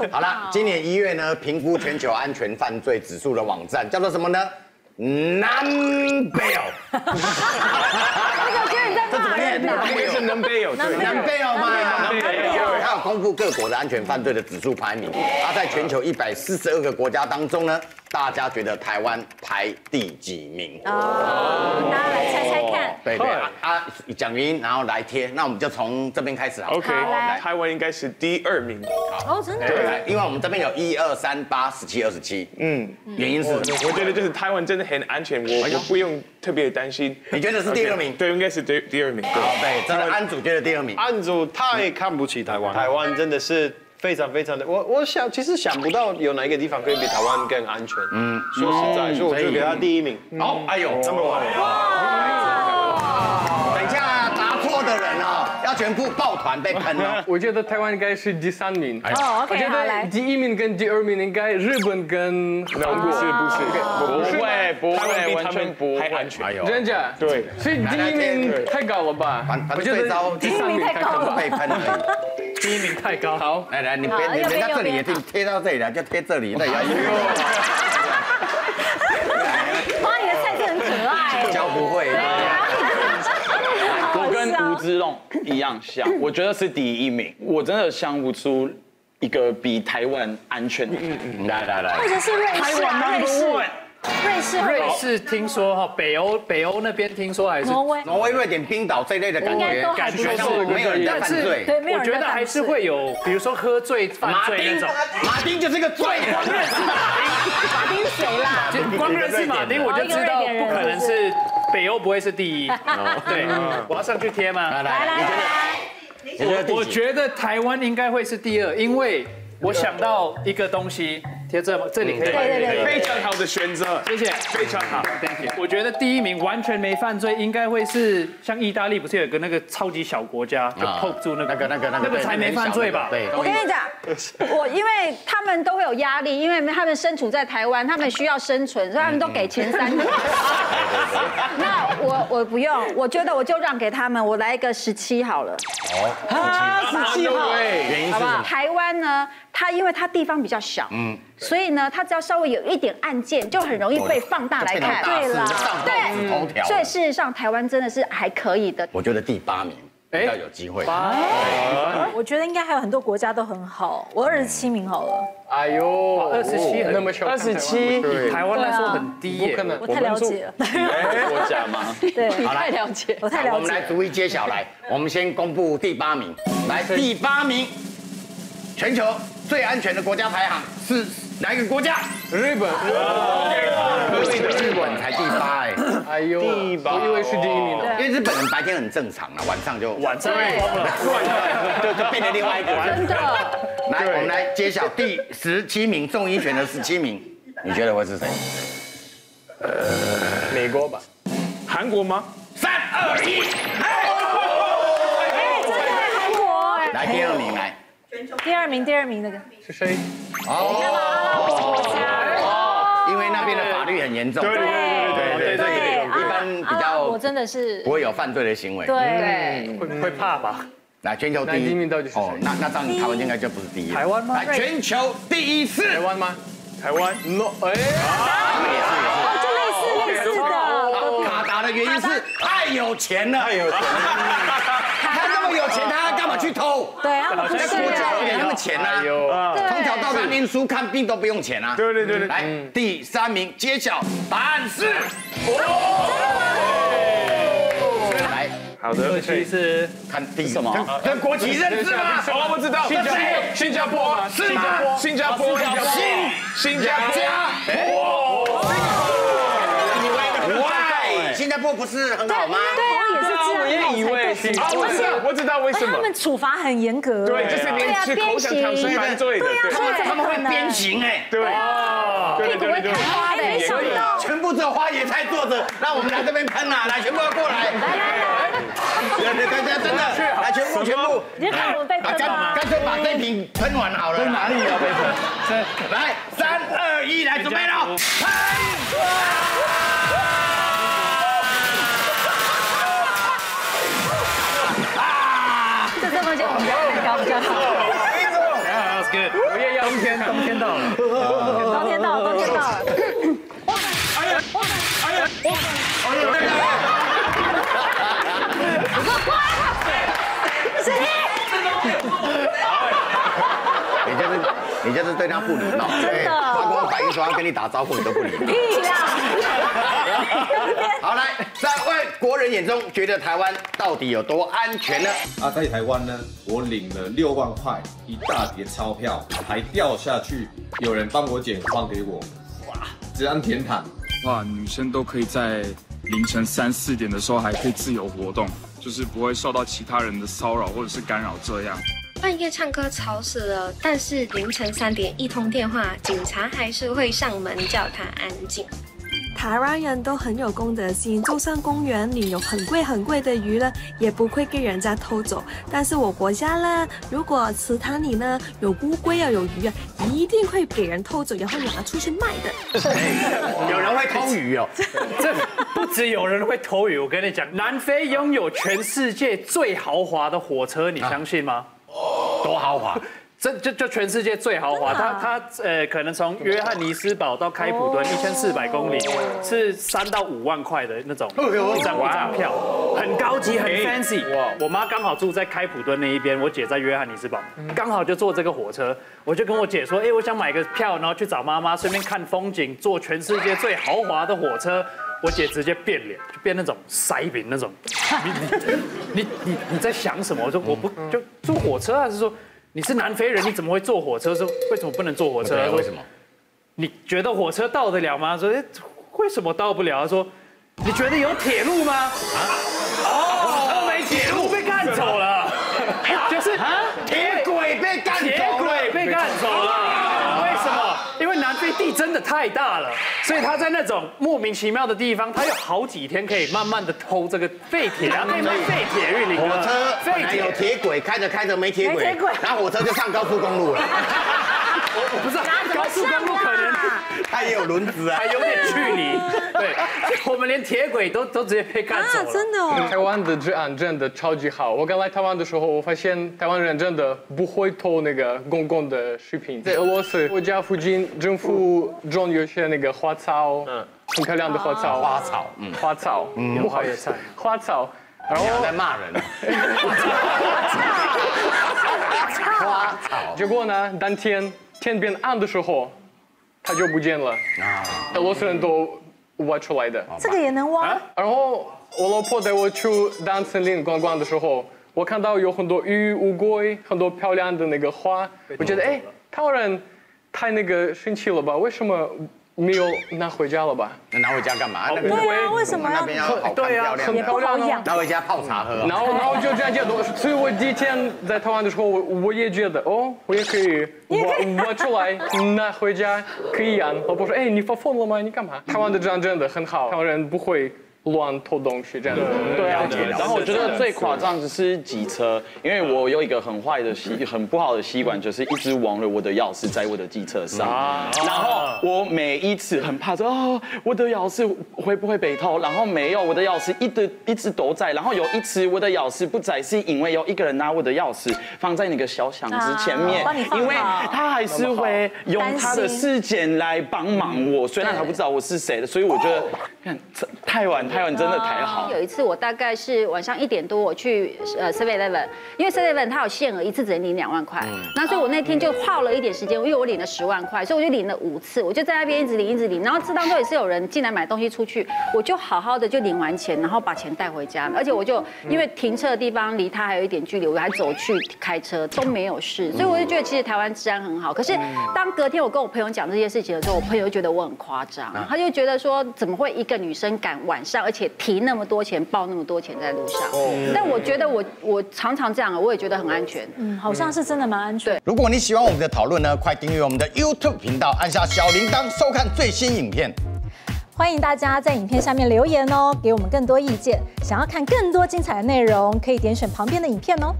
好了，今年一月呢，评估全球安全犯罪指数的网站叫做什么呢？Numbeo。我觉得你在骂人呐、应该是能杯有对。 Numbeo 嘛，Numbeo 它有公布各国的安全犯罪的指数排名。它在全球一百四十二个国家当中呢，大家觉得台湾排第几名？哦，大家来猜猜看。对对啊嗨啊，讲原因，然后来贴。那我们就从这边开始好了。 OK，好来台湾应该是第二名，哦，真的对，来因为我们这边有一二三八十七二十七，嗯，原因是什么？我觉得就是台湾真的很安全，我我不用特别担心。你觉得是第二名 OK，对，应该是第啊第二名。对好，对，真的安主觉得第二名。案主太看不起台湾，台湾真的是非常非常的，我我想其实想不到有哪一个地方可以比台湾更安全。嗯，说实在，所以我哦就给他第一名。好，哎呦，number one。等一下，答错的人哦，要全部抱团被喷 哦。我觉得台湾应该是第三名。哦我，OK，觉好来得，第一名跟第二名应该日本跟那不是不是，不不会不会，完全不会哎安全。真假，对所以第一名太高了吧反？反我正觉最得糟第三名太高就是了，被喷而第一名太高。哎好已。，来来，你别好你右人边家这里也右边贴贴到这里来，就贴这里，那也要用哇，你的菜色很可爱。教不会。 我我跟吴之龙一样像，我觉得是第一名，我真的想不出一个比台湾安全。来来来或，者是瑞士啊，瑞士，瑞士，瑞，士听说哈，北欧北欧那边听说还是，挪威，挪威、瑞典、冰岛这类的感应该觉都，还感不觉错上没有人在但犯是罪。对，没有我人觉在得还是会有，比如说喝醉犯罪那种。马丁就是个罪人，马丁谁啦？就 光认识马丁，我就知道不可能是北欧不会是 第一。对，我要上去贴吗？来来来，你觉得我第几？觉得台湾应该会是第二，因为我想到一个东西，贴这这里可以对吗？对对非对，常好的选择，谢谢。非常好。我觉得第一名完全没犯罪，应该会是像意大利，不是有个那个超级小国家，就啊 poke 住那个那个那个那个那个才没犯罪吧？对，我跟你讲，我因为他们都会有压力，因为他们身处在台湾，他们需要生存，所以他们都给前三名。那我我不用，我觉得我就让给他们，我来一个十七好了。十七号，原因是好什不好？么？台湾呢，它因为它地方比较小，嗯，所以呢，它只要稍微有一点案件，就很容易被放大来看。对了，上报纸头对，条。所以事实上，台湾真的是还可以的。我觉得第八名哎哎比较有机会。我觉得应该还有很多国家都很好，我二十七名好了。哎呦，二十七，那么小，二十七，啊以台湾来说很低不耶可。能我。太了解了，国家吗？对，好来，我太我们了解来了。逐一揭晓。来，我们先公布第八名。来，第八名，全球最安全的国家排行是哪一个国家？日本，日本才第八哎，哎呦，我以为是第一名呢。因为日本人白天很正常啊，晚上就晚真的疯了，就就变成另外一个人。真的，来，我们来揭晓第十七名，众议选的十七名，你觉得会是谁？美国吧？韩国吗？三二一，哎，真的韩国哎，来第二名来。第二名，第二名那个，是谁？因为那边的法律很严重，对对对对对。对，一般比啊我较真的是不会有犯罪的行为。对，会会怕吧？来，全球第那一哦第一名到底是谁那那当然台湾应该就不是第一了。台湾吗来，全球第一次。台湾吗？台湾诺，哎，就类似类似的，哦卡达的原因是太有钱了，太有钱他那么有钱，他干嘛去偷？对，他们不在是国家哎给他们钱呐哎，呦，从小到大念书看病都不用钱啊。对对对对来，第三名揭晓答案是。嗯哦来好的，其实看第什么？这国旗认识吗？我不知道，新加坡，新加坡，是吗？新加坡，新加坡，新加坡，喂，新加坡不是很好吗？对啊，我也是这样，我也以为是，啊，我知道，我知道为什他么们，处罚很严格，对，就是连吃口香糖是犯罪的，对他们他们会鞭刑哎，对，对对对对，哎，没想到，全部只有花椰菜坐着，让我们来这边喷啊！来，全部要过来！来来来，大家真的来全部全部，你就看我们被啊喷干吧。干脆把这瓶喷完好了。喷哪里要被喷？来，三二一，来准备了，喷！这这么就比较比较好。我也要冬天，冬天到了。冬天到了，冬天到了。你就是你就是对他不礼貌，对，他光反应说要跟你打招呼，你都不礼貌。屁啦！好，来，在外国人眼中，觉得台湾到底有多安全呢？啊，在台湾呢，我领了六万块一大叠钞票，还掉下去，有人帮我捡，还给我，哇，治安天堂。哇，女生都可以在凌晨三四点的时候还可以自由活动，就是不会受到其他人的骚扰或者是干扰这样。半夜唱歌吵死了，但是凌晨三点一通电话，警察还是会上门叫他安静。台湾人都很有公德心，就算公园里有很贵很贵的鱼呢，也不会给人家偷走。但是我国家呢，如果池塘里呢有乌龟啊有鱼啊，一定会给人偷走，然后拿出去卖的。有人会偷鱼哦，这不只有人会偷鱼，我跟你讲，南非拥有全世界最豪华的火车，你相信吗？多豪华！这就就全世界最豪华，真的啊它它呃，可能从约翰尼斯堡到开普哦敦一千四百公里，是三到五万块的那种一张一哦张票，很高级哎很 fancy。我妈刚好住在开普敦那一边，我姐在约翰尼斯堡，嗯刚好就坐这个火车，我就跟我姐说，哎，我想买个票，然后去找妈妈，顺便看风景，坐全世界最豪华的火车。我姐直接变脸，就变那种塞饼那种。 你你你你在想什么？我说我不嗯就坐火车啊，还是说你是南非人，你怎么会坐火车？说为什么不能坐火车？对她说为什么？你觉得火车到得了吗？说诶为什么到不了？他说你觉得有铁路吗？啊哦，没铁路被干走了， 就是铁轨被干走了铁轨被干走了。为什么？因为南非地真的太大了，所以他在那种莫名其妙的地方，他有好几天可以慢慢的偷这个废铁啊，那边废铁运营火啊车本废来铁有铁轨，开着开着没铁轨没铁轨，然后火车就上高速公路了， 我不是啊怎么高速公路可能它也有轮子啊还。有点距离，对，我们连铁轨都都直接被干走啊，了。真的哦。台湾的治安真的超级好。我刚来台湾的时候，我发现台湾人真的不会偷那个公共的食品。在俄罗斯，我家附近政府种有些那个花草，嗯，很漂亮的花草，花草，嗯，花草，嗯，不好意思，花草。然后你要在骂人，啊花草结果呢，当天天变暗的时候，它就不见了，俄罗斯人都挖出来的。这个也能挖？啊然后我老婆带我去大森林逛逛的时候，我看到有很多鱼、乌龟，很多漂亮的那个花，我觉得哎，台湾人太那个生气了吧？为什么没有拿回家了吧？啊那拿回家干嘛？那个对啊，为什么那要边要好看漂亮也不的，好养？拿回家泡茶喝然啊。后，然后就这样见到，所以我第一天在台湾的时候，我我也觉得哦，我也可以，我我出来拿回家可以养。老婆说，哎，你发疯了吗？你干嘛？台湾的治安真的很好，台湾人不会乱偷东西这样子。对啊，然后我觉是得的最夸张的是机车，因为我有一个很坏的习， 很不好的习惯，就是一直忘了我的钥匙在我的机车上。然后我每一次很怕说，哦，我的钥匙会不会被偷？然后没有，我的钥匙一直一直都在。然后有一次我的钥匙不在，是因为有一个人拿我的钥匙放在那个小箱子前面啊帮你，放好因为他还是会用他的事件来帮忙我，虽然他不知道我是谁的，所以我觉得，看这太晚太晚真的太好。有一次我大概是晚上一点多，我去呃 Seven Eleven，因为 Seven Eleven 它有限额，一次只能领两万块。那所以我那天就耗了一点时间，因为我领了十万块，所以我就领了五次，我就在那边一直领一直领。然后这当中也是有人进来买东西出去，我就好好的就领完钱，然后把钱带回家。而且我就因为停车的地方离他还有一点距离，我还走去开车都没有事，所以我就觉得其实台湾治安很好。可是当隔天我跟我朋友讲这件事情的时候，我朋友觉得我很夸张，他就觉得说怎么会一个女生敢晚上而且提那么多钱报那么多钱在路上？但我觉得我我常常这样，啊我也觉得很安全。嗯，好像是真的蛮安全。如果你喜欢我们的讨论呢，快订阅我们的 YouTube 频道，按下小铃铛收看最新影片。欢迎大家在影片下面留言哦，给我们更多意见。想要看更多精彩的内容，可以点选旁边的影片哦。